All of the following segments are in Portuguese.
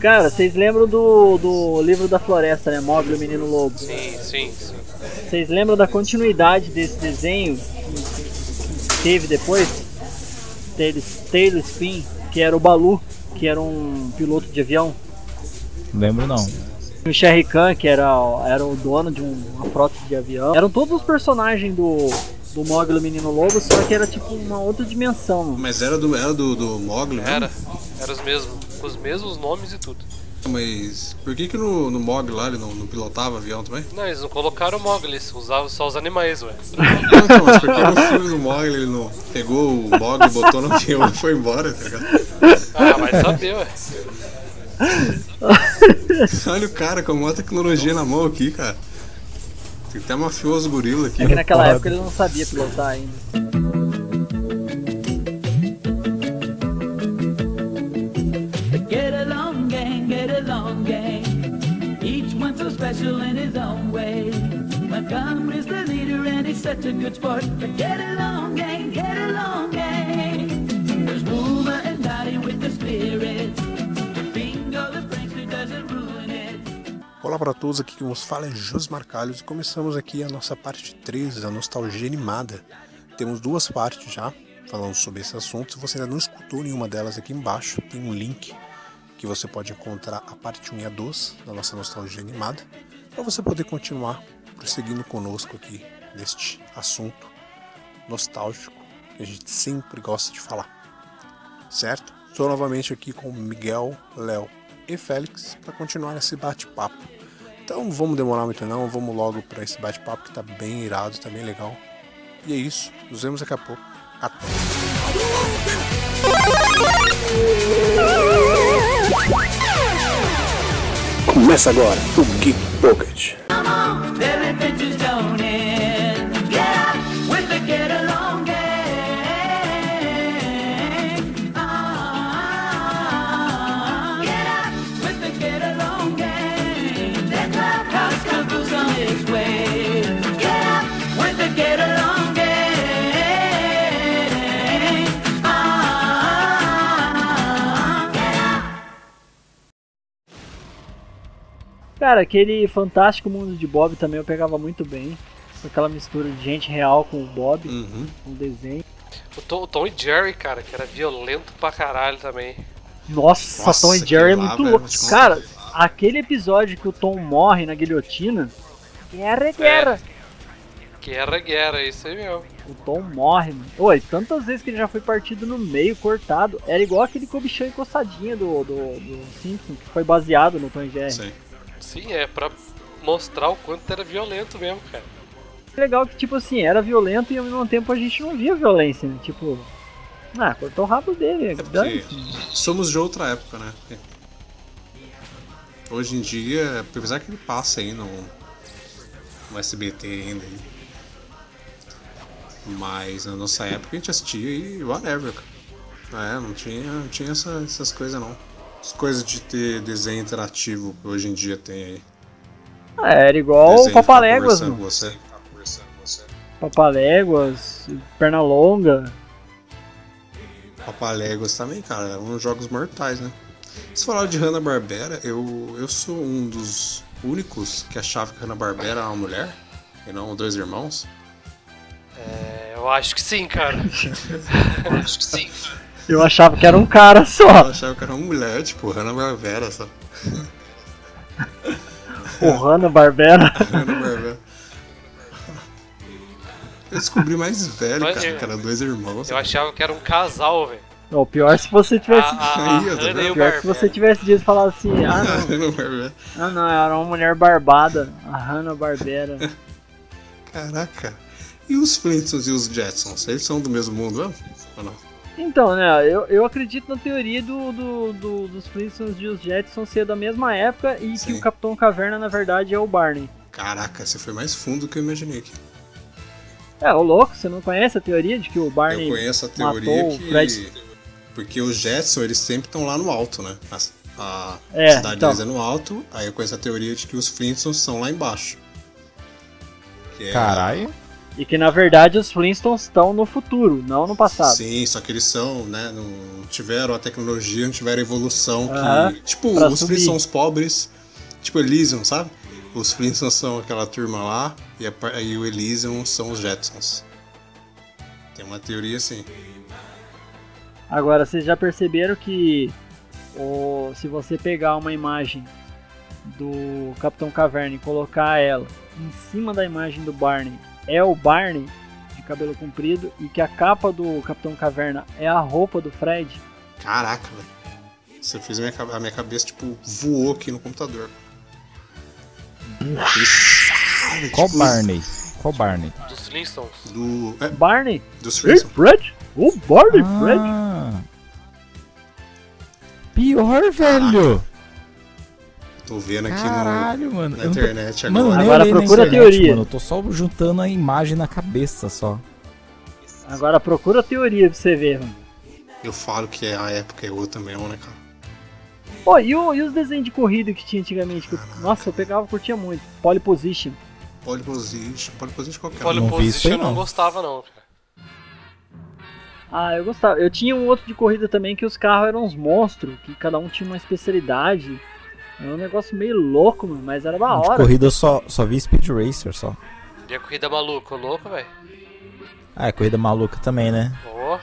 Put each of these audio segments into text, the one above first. Cara, vocês lembram do, do livro da floresta, né? Móvel e o Menino Lobo. Sim, sim, sim. Vocês lembram da continuidade desse desenho que teve depois? Taylor, Taylor Spin, que era o Balu, que era um piloto de avião. Lembro não. O Sherry Khan, que era, era o dono de um- uma frota de avião. Eram todos os personagens do, do Mogli e o Menino Lobo, só que era tipo uma outra dimensão. mano. Mas era do, era do, do Mogli, né? Era. Era os mesmos. Com os mesmos nomes e tudo. Mas por que que no, no Mogli lá ele não, não pilotava avião também? Não, eles não colocaram o Mogli, eles usavam só os animais, ué. Não, então, mas por que no filme do Mogli ele não pegou o Mogli, botou no avião e foi embora, tá ligado? Ah, vai saber, ué. Olha o cara com uma tecnologia na mão aqui, cara. Tem até mafioso gorila aqui. né? É que naquela época ele não sabia pilotar ainda. Get along, gang, get along, gang. Each one so special in his own way. Montgomery's the leader and he's such a good sport. But get along, gang, get along, gang. There's Wilma and Dottie with the spirits. Bingo, the prankster doesn't ruin it. Olá para todos, aqui que nos fala é Josmar Calhos e começamos aqui a nossa parte 3 da Nostalgia Animada. Temos duas partes já falando sobre esse assunto. Se você ainda não escutou nenhuma delas, aqui embaixo tem um link que você pode encontrar a parte 1 e a 2 da nossa Nostalgia Animada para você poder continuar prosseguindo conosco aqui neste assunto nostálgico que a gente sempre gosta de falar certo? Estou novamente aqui com Miguel, Léo e Félix para continuar esse bate-papo. Então vamos demorar muito não, vamos logo para esse bate-papo que tá bem irado, tá bem legal. E é isso, nos vemos daqui a pouco. Até! Começa agora o Geek Pocket. Come on, their adventures don't end. Get up with the get along gang. Ah, get up with the get along gang. The clubhouse couple's on its way. Get up with the get along gang. Ah, get up. Cara, aquele fantástico mundo de Bob também eu pegava muito bem. Com Aquela mistura de gente real com o Bob, Uhum. com o desenho. O Tom, o Tom e Jerry, cara, que era violento pra caralho também. Nossa, Nossa, Tom e Jerry é aquele lá, muito velho, louco. vou te contar. Cara, aquele episódio que o Tom morre na guilhotina. Guerra, é guerra. Guerra, guerra, é isso aí mesmo. O Tom morre, mano. Oi, tantas vezes que ele já foi partido no meio, cortado. Era igual aquele cobichão encostadinho do, do, do Simpson, que foi baseado no Tom e Jerry. Sei. Sim, é pra mostrar o quanto era violento mesmo, cara. legal que, tipo assim, era violento e ao mesmo tempo a gente não via violência, né? Tipo, ah, cortou o rabo dele. dane-se. É Porque somos de outra época, né? Hoje em dia, apesar que ele passa aí no, no SBT ainda. Aí. Mas na nossa época a gente assistia e whatever, cara. É, não tinha, não tinha essa- essas coisas não. As coisas de ter desenho interativo que hoje em dia tem aí. Ah, era igual o Desenho ficar Papaléguas, tá conversando mano. com você. Papaléguas, Pernalonga. Papaléguas também, cara, eram uns jogos mortais, né? Se falar de Hanna-Barbera, eu, eu sou um dos únicos que achava que Hanna-Barbera era uma mulher e não dois irmãos. É, eu acho que sim, cara. acho que sim. Eu achava que era um cara Eu só. achava que era uma mulher, tipo, Hanna-Barbera, sabe? O Hanna Barbera. Hanna-Barbera. Eu descobri mais velho, Mas cara, eu- que era dois irmãos. Eu achava que era um casal, velho. Não, pior é se você A, tivesse. a, a Aí, ó, tá Hannah e vendo? o pior é se Barbera. você tivesse dito e falar assim, ah não, Hanna-Barbera. ah não, era uma mulher barbada, a Hanna Barbera. Caraca. E os Flintstones e os Jetsons? Eles são do mesmo mundo, né? Ou não? Então, né, eu, eu acredito na teoria do, do, do- dos Flintstones e os Jetsons ser da mesma época e Sim. que o Capitão Caverna, na verdade, é o Barney. Caraca, você foi mais fundo do que eu imaginei aqui. É, ô louco, você não conhece a teoria de que o Barney. Eu conheço a teoria matou o que. Fred. Porque os Jetson, eles sempre estão lá no alto, né? A, a É, cidade então. deles é no alto, aí eu conheço a teoria de que os Flintstones são lá embaixo. Que é- Caralho. E que na verdade os Flintstones estão no futuro, não no passado. Sim, só que eles são, né? Não tiveram a tecnologia, não tiveram a evolução Aham, que. Tipo, pra os subir. Flintstones são os pobres, tipo Elysium, sabe? Os Flintstones são aquela turma lá e, a par- e o Elysium são os Jetsons. Tem uma teoria assim. Agora, vocês já perceberam que o- se você pegar uma imagem do Capitão Caverna e colocar ela em cima da imagem do Barney, é o Barney de cabelo comprido e que a capa do Capitão Caverna é a roupa do Fred? Caraca, velho. Você fez minha, ca- a minha cabeça, tipo, voou aqui no computador. Ele- Qual tipo, Barney? Qual Barney? Dos Flintstones. Do. É, Barney? dos Ei, Flintstones. Fred? O Barney, Fred? Ah, pior, velho. Tô vendo aqui no, Caralho, mano. na Eu não tô- internet Mano, agora. nem Agora olhei na procura a internet, teoria. Mano, eu tô só juntando a imagem na cabeça só. Agora procura a teoria pra você ver, mano. Eu falo que a época é outra mesmo, né, cara? Pô, e, o- e os desenhos de corrida que tinha antigamente? Que eu- nossa, eu pegava e curtia muito. Pole Position. Pole position, pole position qualquer. um. Pole não vi isso Position aí, eu não não. gostava, não, cara. Ah, eu gostava. Eu tinha um outro de corrida também que os carros eram uns monstros, que cada um tinha uma especialidade. Era um negócio meio louco, mano, mas era da De hora. corrida eu só, só vi Speed Racer só. E a corrida maluca, ô louco, velho. Ah, é corrida maluca também, né? Ó.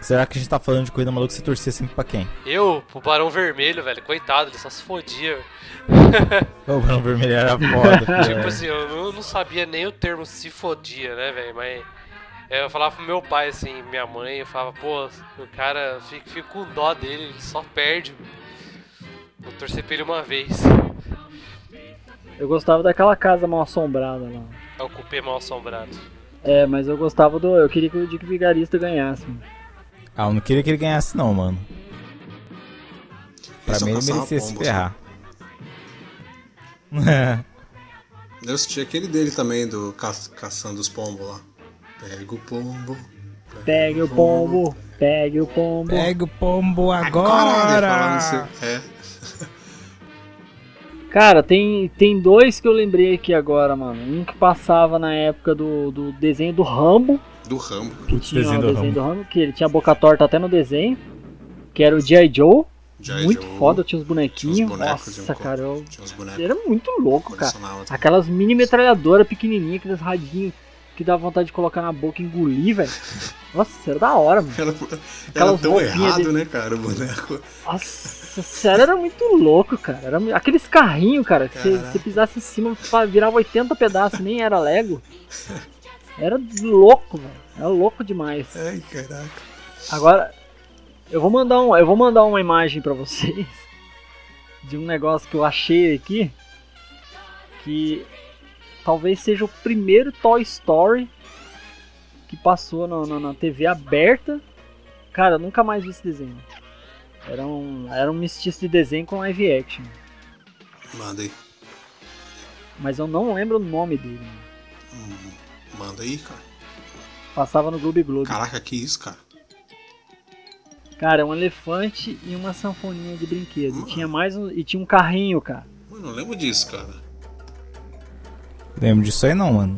Será que a gente tá falando de corrida maluca você torcia sempre pra quem? Eu, pro Barão Vermelho, velho, coitado, ele só se fodia. O Barão Vermelho era foda. Tipo cara. assim, eu não- não sabia nem o termo se fodia, né, velho? Mas é, eu falava pro meu pai, assim, minha mãe, eu falava, pô, o cara, fico, fico com dó dele, ele só perde. Vou torcer pra ele uma vez. Eu gostava daquela casa mal assombrada lá. É o cupê mal assombrado. É, mas eu gostava do. Eu queria que o Dick Vigarista ganhasse, mano. Ah, eu não queria que ele ganhasse não, mano. Pra só mim ele caçava merecia se pombo, ferrar. É. só. Eu assisti aquele dele também, do ca- Caçando os Pombos lá. Pega o pombo. Pegue o pombo, pegue o pombo. Pega o pombo Caralho, agora! falando assim. É, Cara, tem, tem dois que eu lembrei aqui agora, mano. Um que passava na época do, do desenho do Rambo, do Rambo. que Putz, tinha desenho o do desenho Rambo. do Rambo, que ele tinha a boca torta até no desenho, que era o G.I. Joe. G.I. muito Joe, foda, tinha os é um- Tinha bonequinhos. uns bonecos, tinha Nossa, um co- cara, eu... Tinha uns bonecos. era muito louco, cara. colecionava também. Aquelas mini metralhadoras pequenininhas, aqueles radinhos que dá vontade de colocar na boca e engolir, velho. Nossa, era da hora, mano. Era, era Aquelas tão roupinhas errado, de- né, cara, o boneco. Nossa, sério, era muito louco, cara. Era mu- aqueles carrinhos, cara, que você Caraca. você pisasse em cima, fa- virava 80 pedaços, nem era Lego. Era louco, velho. Era louco demais. Ai, caraca. Agora, eu vou mandar, um, eu vou mandar uma imagem pra vocês de um negócio que eu achei aqui que talvez seja o primeiro Toy Story que passou na, na- na TV aberta. Cara, eu nunca mais vi esse desenho. Era um, era um mestiço de desenho com live action. Manda aí. Mas eu não lembro o nome dele. mano. Hum, Manda aí, cara. Passava no Globo Globo. Caraca, que isso, cara. Cara, é um elefante e uma sanfoninha de brinquedo. Tinha mais um, e tinha um carrinho, cara. Mano, eu lembro disso, cara. Lembro disso aí não, mano.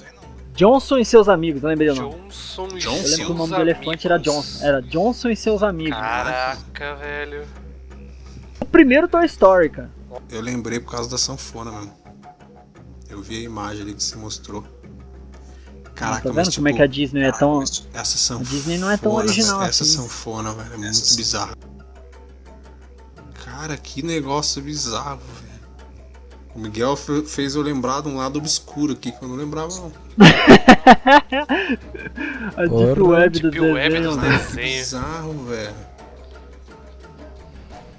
É Johnson e seus amigos, eu lembrei o nome. Johnson e Johnson? Eu seus lembro que o nome do amigos. elefante era Johnson. Era Johnson e seus amigos. Caraca, velho. O primeiro Toy Story, cara. Eu lembrei por causa da sanfona mesmo. Eu vi a imagem ali que você mostrou. Caraca, tá vendo mas como é tipo, que a Disney é tão. Essa sanfona. Disney não é tão velho, original Essa assim. sanfona, velho, é muito bizarra. Cara, que negócio bizarro, velho. O Miguel fe- fez eu lembrar de um lado obscuro aqui que eu não lembrava, não. tipo, A Deep Porra, Web do Deep Web desenho. dos né? Cara, que Desenho. bizarro, velho.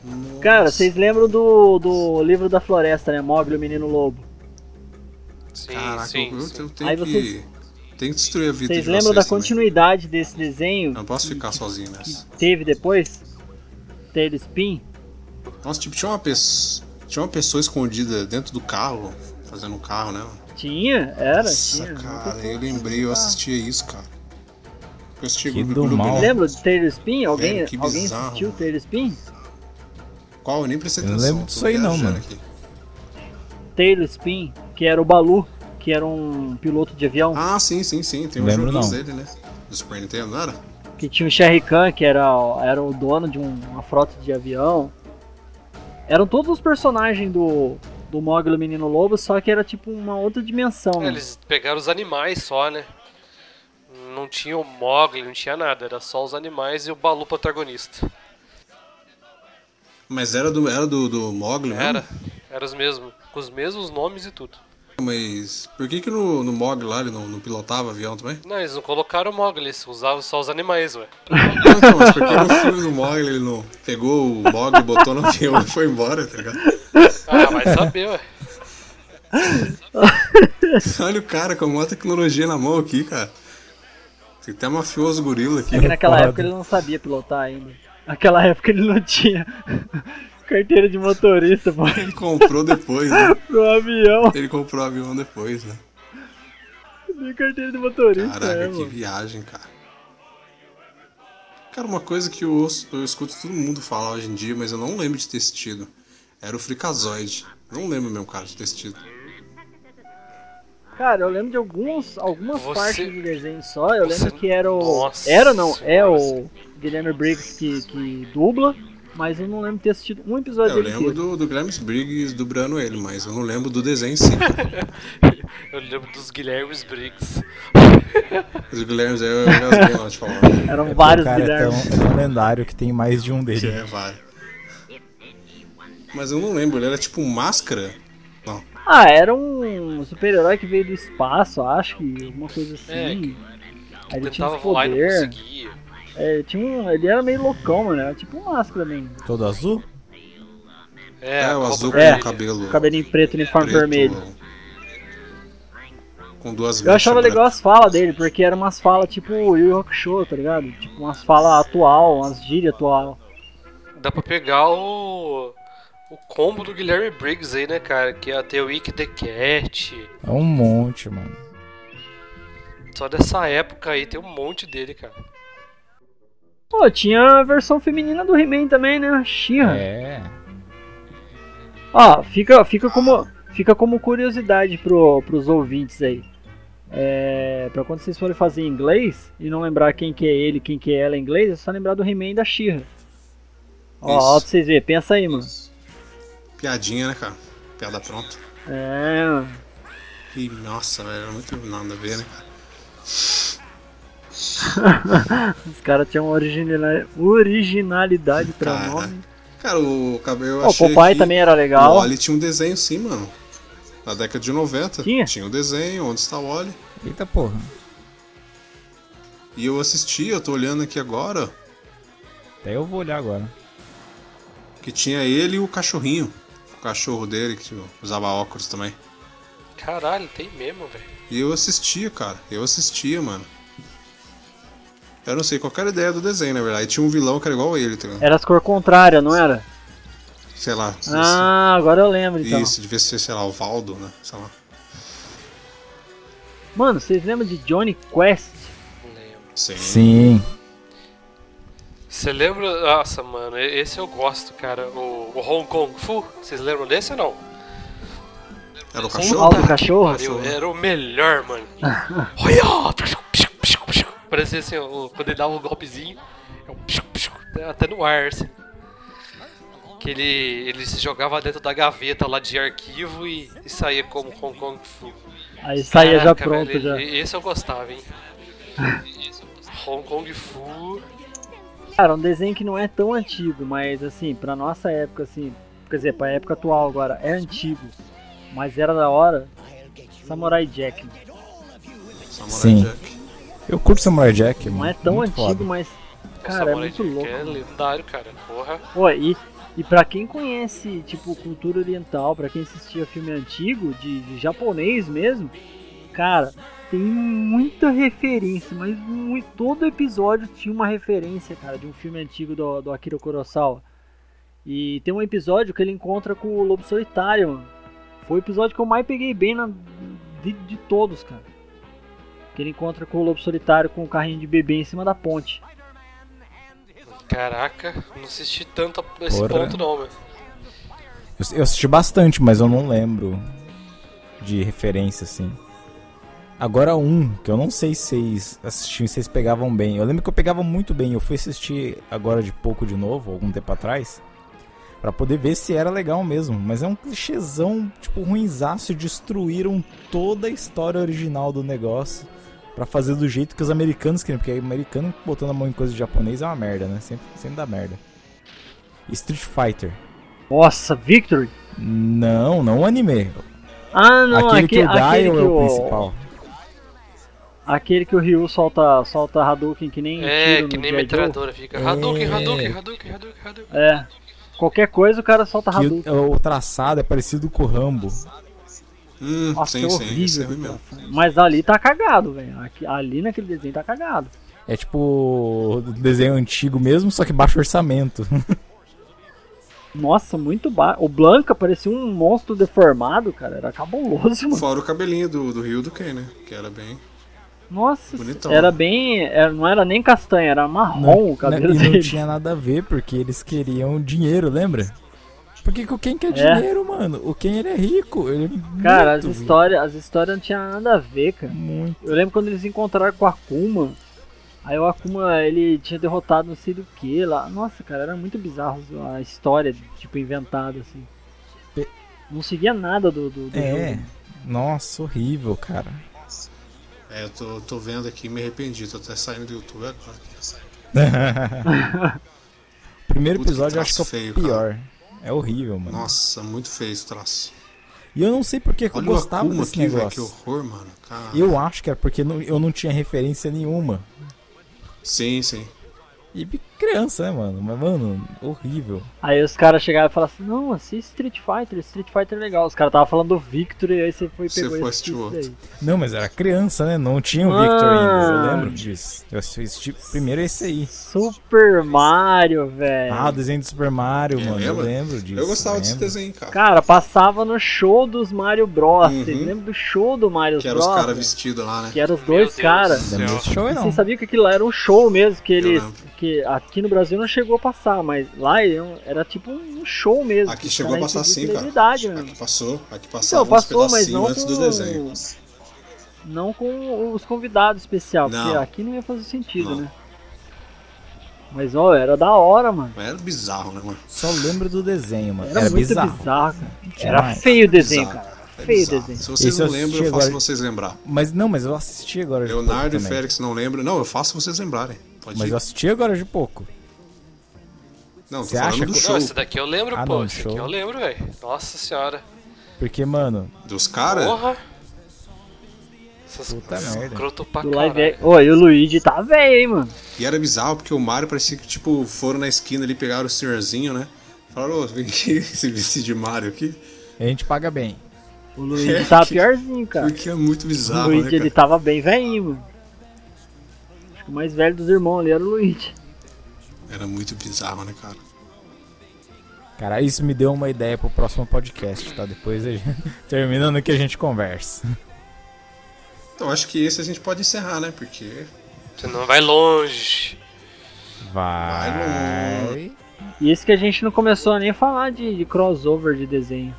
Nossa. Cara, vocês lembram do, do livro da floresta, né? Mogli, o menino lobo. Sim, Caraca, é sim. eu, sim. eu tenho Aí que. vocês- Tenho que destruir a vida Vocês de lembram vocês da também. continuidade desse desenho Eu não posso ficar sozinho nessa. que teve depois? Tail Spin? Nossa, tipo, tinha uma pessoa. Tinha uma pessoa escondida dentro do carro, fazendo um carro, né? Tinha? Era? Nossa, tinha. cara, eu lembrei, eu assistia isso, cara. Eu assisti Que Gloob do Gloob, mal. né? Lembra do Tail Spin? Alguém, Velho, que alguém bizarro, assistiu mano. Tail Spin? Qual? Eu nem prestei Eu não atenção. lembro tô disso aí não, viajando mano. aqui. Tail Spin, que era o Balu, que era um piloto de avião, Ah, sim, sim, sim. Tem um Lembro joguinho não. dele, né? Do Super Nintendo, não era? que tinha o Sherry Khan, que era, era o dono de um- uma frota de avião. Eram todos os personagens do, do Mogli e o Menino Lobo, só que era tipo uma outra dimensão. É, Eles pegaram os animais só, né? Não tinha o Mogli, não tinha nada, era só os animais e o Balu protagonista. Mas era do, era do, do Mogli mesmo? Era, era os mesmos, com os mesmos nomes e tudo. Mas por que que no, no Mogli lá ele não, não pilotava avião também? Não, eles não colocaram o Mogli, eles usavam só os animais, ué. Não, então, mas por que no filme do Mogli ele não pegou o Mogli, botou no avião e foi embora, tá ligado? Ah, vai saber, ué. Olha o cara com a maior tecnologia na mão aqui, cara. Tem até mafioso gorila aqui. Porque É naquela Foda. época ele não sabia pilotar ainda. Naquela época ele não tinha carteira de motorista pô, Ele comprou depois, né? pro avião. Ele comprou o avião depois, né? Nem carteira de motorista, é, Caraca, que mano. viagem, cara. Cara, uma coisa que eu, ouço- eu escuto todo mundo falar hoje em dia, mas eu não lembro de ter assistido. Era o Frikazoid. Não lembro mesmo, cara, de ter assistido. Cara, eu lembro de alguns, algumas Você- partes do desenho só. Eu você- lembro que era o. Nossa era não, é senhora. assim. o Guilherme Briggs que, que dubla, mas eu não lembro de ter assistido um episódio Eu dele. lembro inteiro. do, do Grimes Briggs dublando ele, mas eu não lembro do desenho em si. Eu lembro dos Guilhermes Briggs. Os Guilhermes aí eu gasguei lá de falar. Eram É, vários o cara é tão, Guilhermes. é tão lendário que tem mais de um Que dele. é, vale. Mas eu não lembro, ele era tipo um máscara. Ah, era um super-herói que veio do espaço, acho que, alguma coisa assim. É, que- Aí ele tinha Tentava uns voar e não poder. conseguia. É, ele tinha um, ele era meio loucão, mano. Era tipo um máscara mesmo. Todo azul? É, É, a o Copa azul com vermelha. o cabelo. um Cabelinho preto, uniforme preto, vermelho. Com duas Eu achava mechas legal as falas dele, porque eram umas falas tipo Yu Yu Hakusho, tá ligado? Tipo umas falas atual, umas gírias atual. Dá pra pegar o. O combo do Guilherme Briggs aí, né, cara? Que é The Week The Cat. É um monte, mano. Só dessa época aí tem um monte dele, cara. Pô, tinha a versão feminina do He-Man também, né? She-Ra. É. Ó, fica, fica, como, fica como curiosidade pro, pros ouvintes aí. É, pra quando vocês forem fazer em inglês e não lembrar quem que é ele, quem que é ela em inglês, é só lembrar do He-Man e da She-Ra. Ó, Isso. ó, pra vocês verem, pensa aí, mano. Piadinha, né, cara? Piada pronta. É, mano. E, nossa, velho, era muito nada a ver, né, cara? Os caras tinham originali- originalidade pra Cara, nome. Cara, o cabelo eu Ó, o achei Popeye que também era O legal. Wally tinha um desenho sim, mano. Na década de 90. Tinha? Tinha um desenho, Onde Está o Wally. Eita porra. E eu assisti, eu tô olhando aqui agora, Até eu vou olhar agora. que tinha ele e o cachorrinho. O cachorro dele, que tipo, usava óculos também. Caralho, tem mesmo, velho. E eu assistia, cara. Eu assistia, mano. Eu não sei qual que era a ideia do desenho, na verdade. Tinha um vilão que era igual ele, tá ligado? Era as cores contrárias, não era? Sei lá. Ah, agora eu lembro isso, então. isso, devia ser, sei lá, o Valdo, né? Sei lá. Mano, vocês lembram de Johnny Quest? Não lembro. Sim. Sim. Você lembra. Nossa, mano, e- esse eu gosto, cara. O, o Hong Kong Fu. Vocês lembram desse ou não? Era o Alto cachorro? cachorro? Pariu, era o melhor, mano. Olha! Parecia assim, o- quando ele dava um golpezinho, é um psiu, psiu, até no ar, assim. Que ele, ele se jogava dentro da gaveta lá de arquivo e, e saía como Hong Kong Fu. Aí saía já Caraca, pronto velho, já. e- Esse eu gostava, hein? Hong Kong Fu. Cara, um desenho que não é tão antigo, mas assim, pra nossa época, assim, quer dizer, pra época atual agora, é antigo, mas era da hora. Samurai Jack. Samurai Sim. Jack. Eu curto Samurai Jack, mano. Não é tão Muito antigo, foda. mas. Cara, é Samurai muito Jack louco. É mano. lendário, cara. Porra. Pô, e, e pra quem conhece, tipo, cultura oriental, pra quem assistia filme antigo, de, de japonês mesmo, cara, tem muita referência, mas muito, todo episódio tinha uma referência, cara, de um filme antigo do, do Akira Kurosawa. E tem um episódio que ele encontra com o Lobo Solitário, mano. Foi o episódio que eu mais peguei bem na, de, de todos, cara. Que ele encontra com o Lobo Solitário com o carrinho de bebê em cima da ponte. Caraca, não assisti tanto a esse Porra. ponto, não, velho. Eu, eu assisti bastante, mas eu não lembro de referência, assim. Agora um, que eu não sei se vocês assistiam, se vocês pegavam bem. Eu lembro que eu pegava muito bem. Eu fui assistir agora de pouco de novo, algum tempo atrás, pra poder ver se era legal mesmo. Mas é um clichêzão, tipo, ruinzaço. e Destruíram toda a história original do negócio pra fazer do jeito que os americanos queriam. Porque americano botando a mão em coisa de japonês é uma merda, né? Sempre, sempre dá merda. Street Fighter. Nossa, Victory? Não, não o anime. Ah, não, aquele que aquele, o Gaio aquele que é o o principal. Aquele que o Ryu solta, solta Hadouken que nem É, tiro que no nem G.I. Joe. metralhadora fica. É. Hadouken, Hadouken, Hadouken, Hadouken, Hadouken. É. Qualquer coisa o cara solta Que Hadouken. o, o traçado é parecido com o Rambo. Hum, Nossa, sim, é sim, isso é horrível. ruim mesmo. cara. Mas ali tá cagado, velho. Aqui- Ali naquele desenho tá cagado. É tipo desenho antigo mesmo, só que baixo orçamento. Nossa, muito baixo. O Blanca parecia um monstro deformado, cara. Era cabuloso, mano. Fora o cabelinho do, do Rio do Ken, né? Que era bem. Nossa, Bonitão. era bem. era- não era nem castanho, era marrom o cabelo e não dele. tinha nada a ver, porque eles queriam dinheiro, lembra? Porque que o Ken quer É. dinheiro, mano. O Ken ele é rico. Ele é Cara, as muito histórias, as histórias não tinha nada a ver, cara. rico, Muito. Eu lembro quando eles encontraram com o Akuma. Aí o Akuma, ele tinha derrotado não sei do que lá. Nossa, cara, era muito bizarro a história, tipo, inventada, assim. Pe- Não seguia nada do, do, do É. jogo. Nossa, horrível, cara. É, eu tô, tô vendo aqui e me arrependi, tô até saindo do YouTube agora. Primeiro Puta que episódio eu acho que é traço o feio, cara. pior. É horrível, mano. Nossa, muito feio esse traço. E eu não sei porque que eu Olha o gostava Akuma desse aqui, velho, que negócio. horror, mano. Cara. Eu acho que era porque não- eu não tinha referência nenhuma. Sim, sim. E criança, né, mano? Mas, mano, horrível. Aí os caras chegavam e falavam assim, não, assiste Street Fighter, Street Fighter é legal. Os caras estavam falando do Victory, aí você foi e Você pegou foi esse assistir isso outro. daí. Não, mas era criança, né? Não tinha o Victor ainda. Eu Ah. lembro disso. Eu assisti primeiro esse aí. Super Mario, velho. Ah, o desenho do Super Mario, É, mano. lembra? Eu lembro disso. eu gostava desse lembro. desenho, cara. Cara, passava no show dos Mario Bros. Uhum. Vocês lembram do show do Mario Que eram Bros? os caras velho? vestidos lá, né? Que eram os Meu dois Deus caras. do Não lembro céu. desse show, não. Você sabia que aquilo lá era um show mesmo, que eles. lembro. Que aqui no Brasil não chegou a passar, mas lá era um- era tipo um show mesmo. Aqui que os chegou a caras passar sim, exibiam cara. celebridade mesmo. Aqui passou, aqui Então, passava uns passou, mas pedacinhos não antes com. do desenho. Não com os convidados especial, porque Não. aqui não ia fazer sentido, Não. né? Mas ó, era da hora, mano. Mas era bizarro, né, mano? Só lembro do desenho, mano. Era, Era, muito bizarro, bizarro. cara. Demais. Era feio o desenho, Bizarro. cara. É Feio o bizarro. desenho. Se vocês Esse eu não lembram, eu assisti faço agora. vocês lembrar. Mas não, mas eu assisti agora de Leonardo e pouco. também. Félix não lembram. Não, eu faço vocês lembrarem. Pode Mas ir. eu assisti agora de pouco. Não, tô Você falando acha do que- show. Não, esse daqui eu lembro, Ah, pô. não, esse show. aqui eu lembro, velho. Nossa senhora. Porque, mano, Dos caras? Porra. Essas Puta coisas merda. escroto pra Do live caralho. action. Ô, e o Luigi tá velho, hein, mano. E era bizarro, porque o Mario parecia que, tipo, foram na esquina ali, pegaram o senhorzinho, né? Falaram, ô, vem aqui esse vestido de Mario aqui. a gente paga bem. O Luigi tá piorzinho, cara. Porque é muito O bizarro, né, Luigi, cara? ele tava bem velhinho, mano. Acho que o mais velho dos irmãos ali era o Luigi. Era muito bizarro, né, cara? Cara, isso me deu uma ideia pro próximo podcast, tá? Depois a gente... terminando que a gente conversa. Então, acho que esse a gente pode encerrar, né? Porque Você não vai longe. Vai. Vai, E isso que a gente não começou a nem falar de, de crossover de desenho.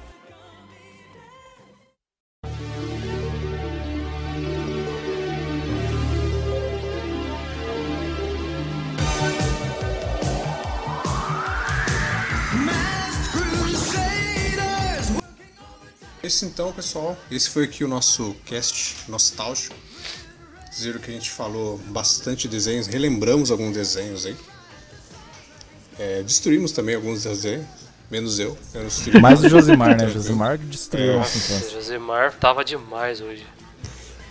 Esse então, pessoal, esse foi aqui o nosso cast nostálgico. Dizer que a gente falou bastante desenhos, relembramos alguns desenhos aí. É, destruímos também alguns desenhos, menos eu. eu não destruí Mais o nada. Josimar, né? Josimar que destruiu assim, a nossa Nossa, infância. Josemar tava demais hoje.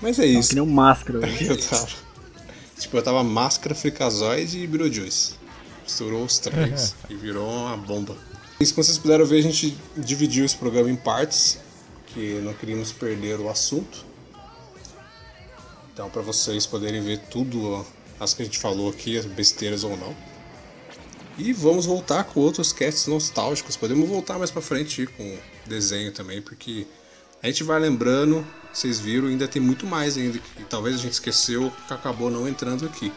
Mas é Que isso. nem um máscara. velho. Eu tava. Tipo, eu tava máscara, fricazoide e Beetlejuice. Misturou os três e virou uma bomba. Isso, como vocês puderam ver, a gente dividiu esse programa em partes, que não queríamos perder o assunto. Então, pra vocês poderem ver tudo, ó, as que a gente falou aqui, as besteiras ou não. E vamos voltar com outros casts nostálgicos. Podemos voltar mais pra frente com desenho também, porque a gente vai lembrando, vocês viram, ainda tem muito mais ainda que talvez a gente esqueceu que acabou não entrando aqui.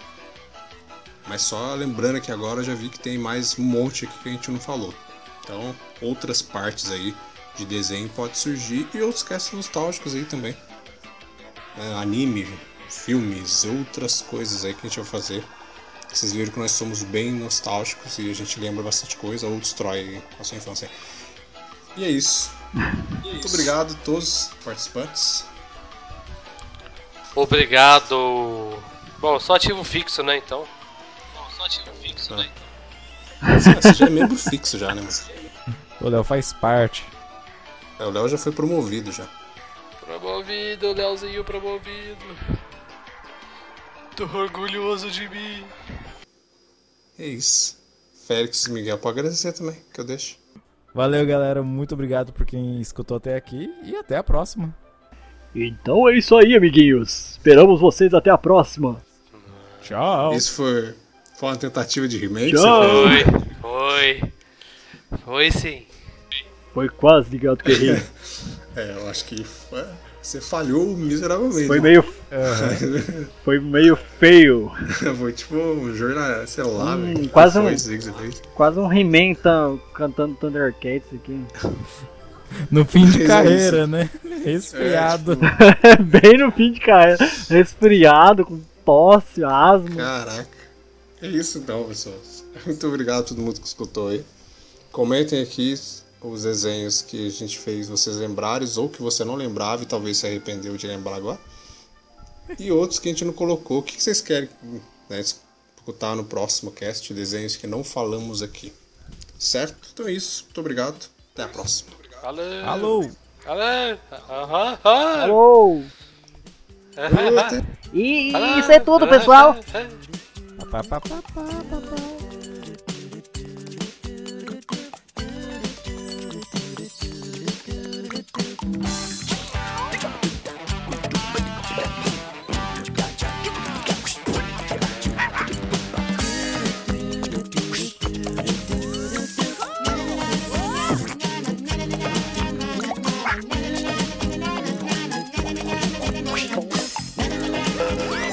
Mas só lembrando aqui agora, eu já vi que tem mais um monte aqui que a gente não falou. Então, outras partes aí de desenho pode surgir e outros casts nostálgicos aí também. né, anime, filmes, outras coisas aí que a gente vai fazer. Vocês viram que nós somos bem nostálgicos e a gente lembra bastante coisa ou destrói a sua infância. E é isso. Muito obrigado a todos os participantes. Obrigado. Bom, só ativo fixo, né, então? Bom, só ativo fixo, né, Ah, Você já é membro fixo já, né, mano? O então. Léo faz parte. É, O Léo já foi promovido já. Tá. Promovido, Leozinho promovido. Tô orgulhoso de mim. É isso. Félix e Miguel, pode agradecer também, que eu deixo. Valeu, galera. Muito obrigado por quem escutou até aqui e até a próxima. Então é isso aí, amiguinhos. Esperamos vocês até a próxima. Tchau. Isso foi, foi uma tentativa de remake? Tchau. Foi, foi. Foi sim. Foi quase ligado que eu errei. Você- É, eu acho que foi- você falhou miseravelmente. né? Foi meio, foi meio feio. Foi tipo um jornal, sei lá, Hum, velho. quase Foi um- isso aí que você fez. Quase um He-Man tá cantando Thundercats aqui. No fim de Isso. carreira, né? Resfriado. É, tipo, Bem no fim de carreira. Resfriado, com tosse, asma. caraca. É isso então, pessoal. Muito obrigado a todo mundo que escutou aí. Comentem aqui os desenhos que a gente fez vocês lembrarem ou que você não lembrava e talvez se arrependeu de lembrar agora. E outros que a gente não colocou. O que que vocês querem né, escutar no próximo cast? Desenhos que não falamos aqui. Certo? Então é isso. Muito obrigado. Até a próxima. Alô. Alô. Alô. Aham. aham. Alô! Até- E e isso é tudo, pessoal. Pá, pá, pá, pá, pá, pá. Thank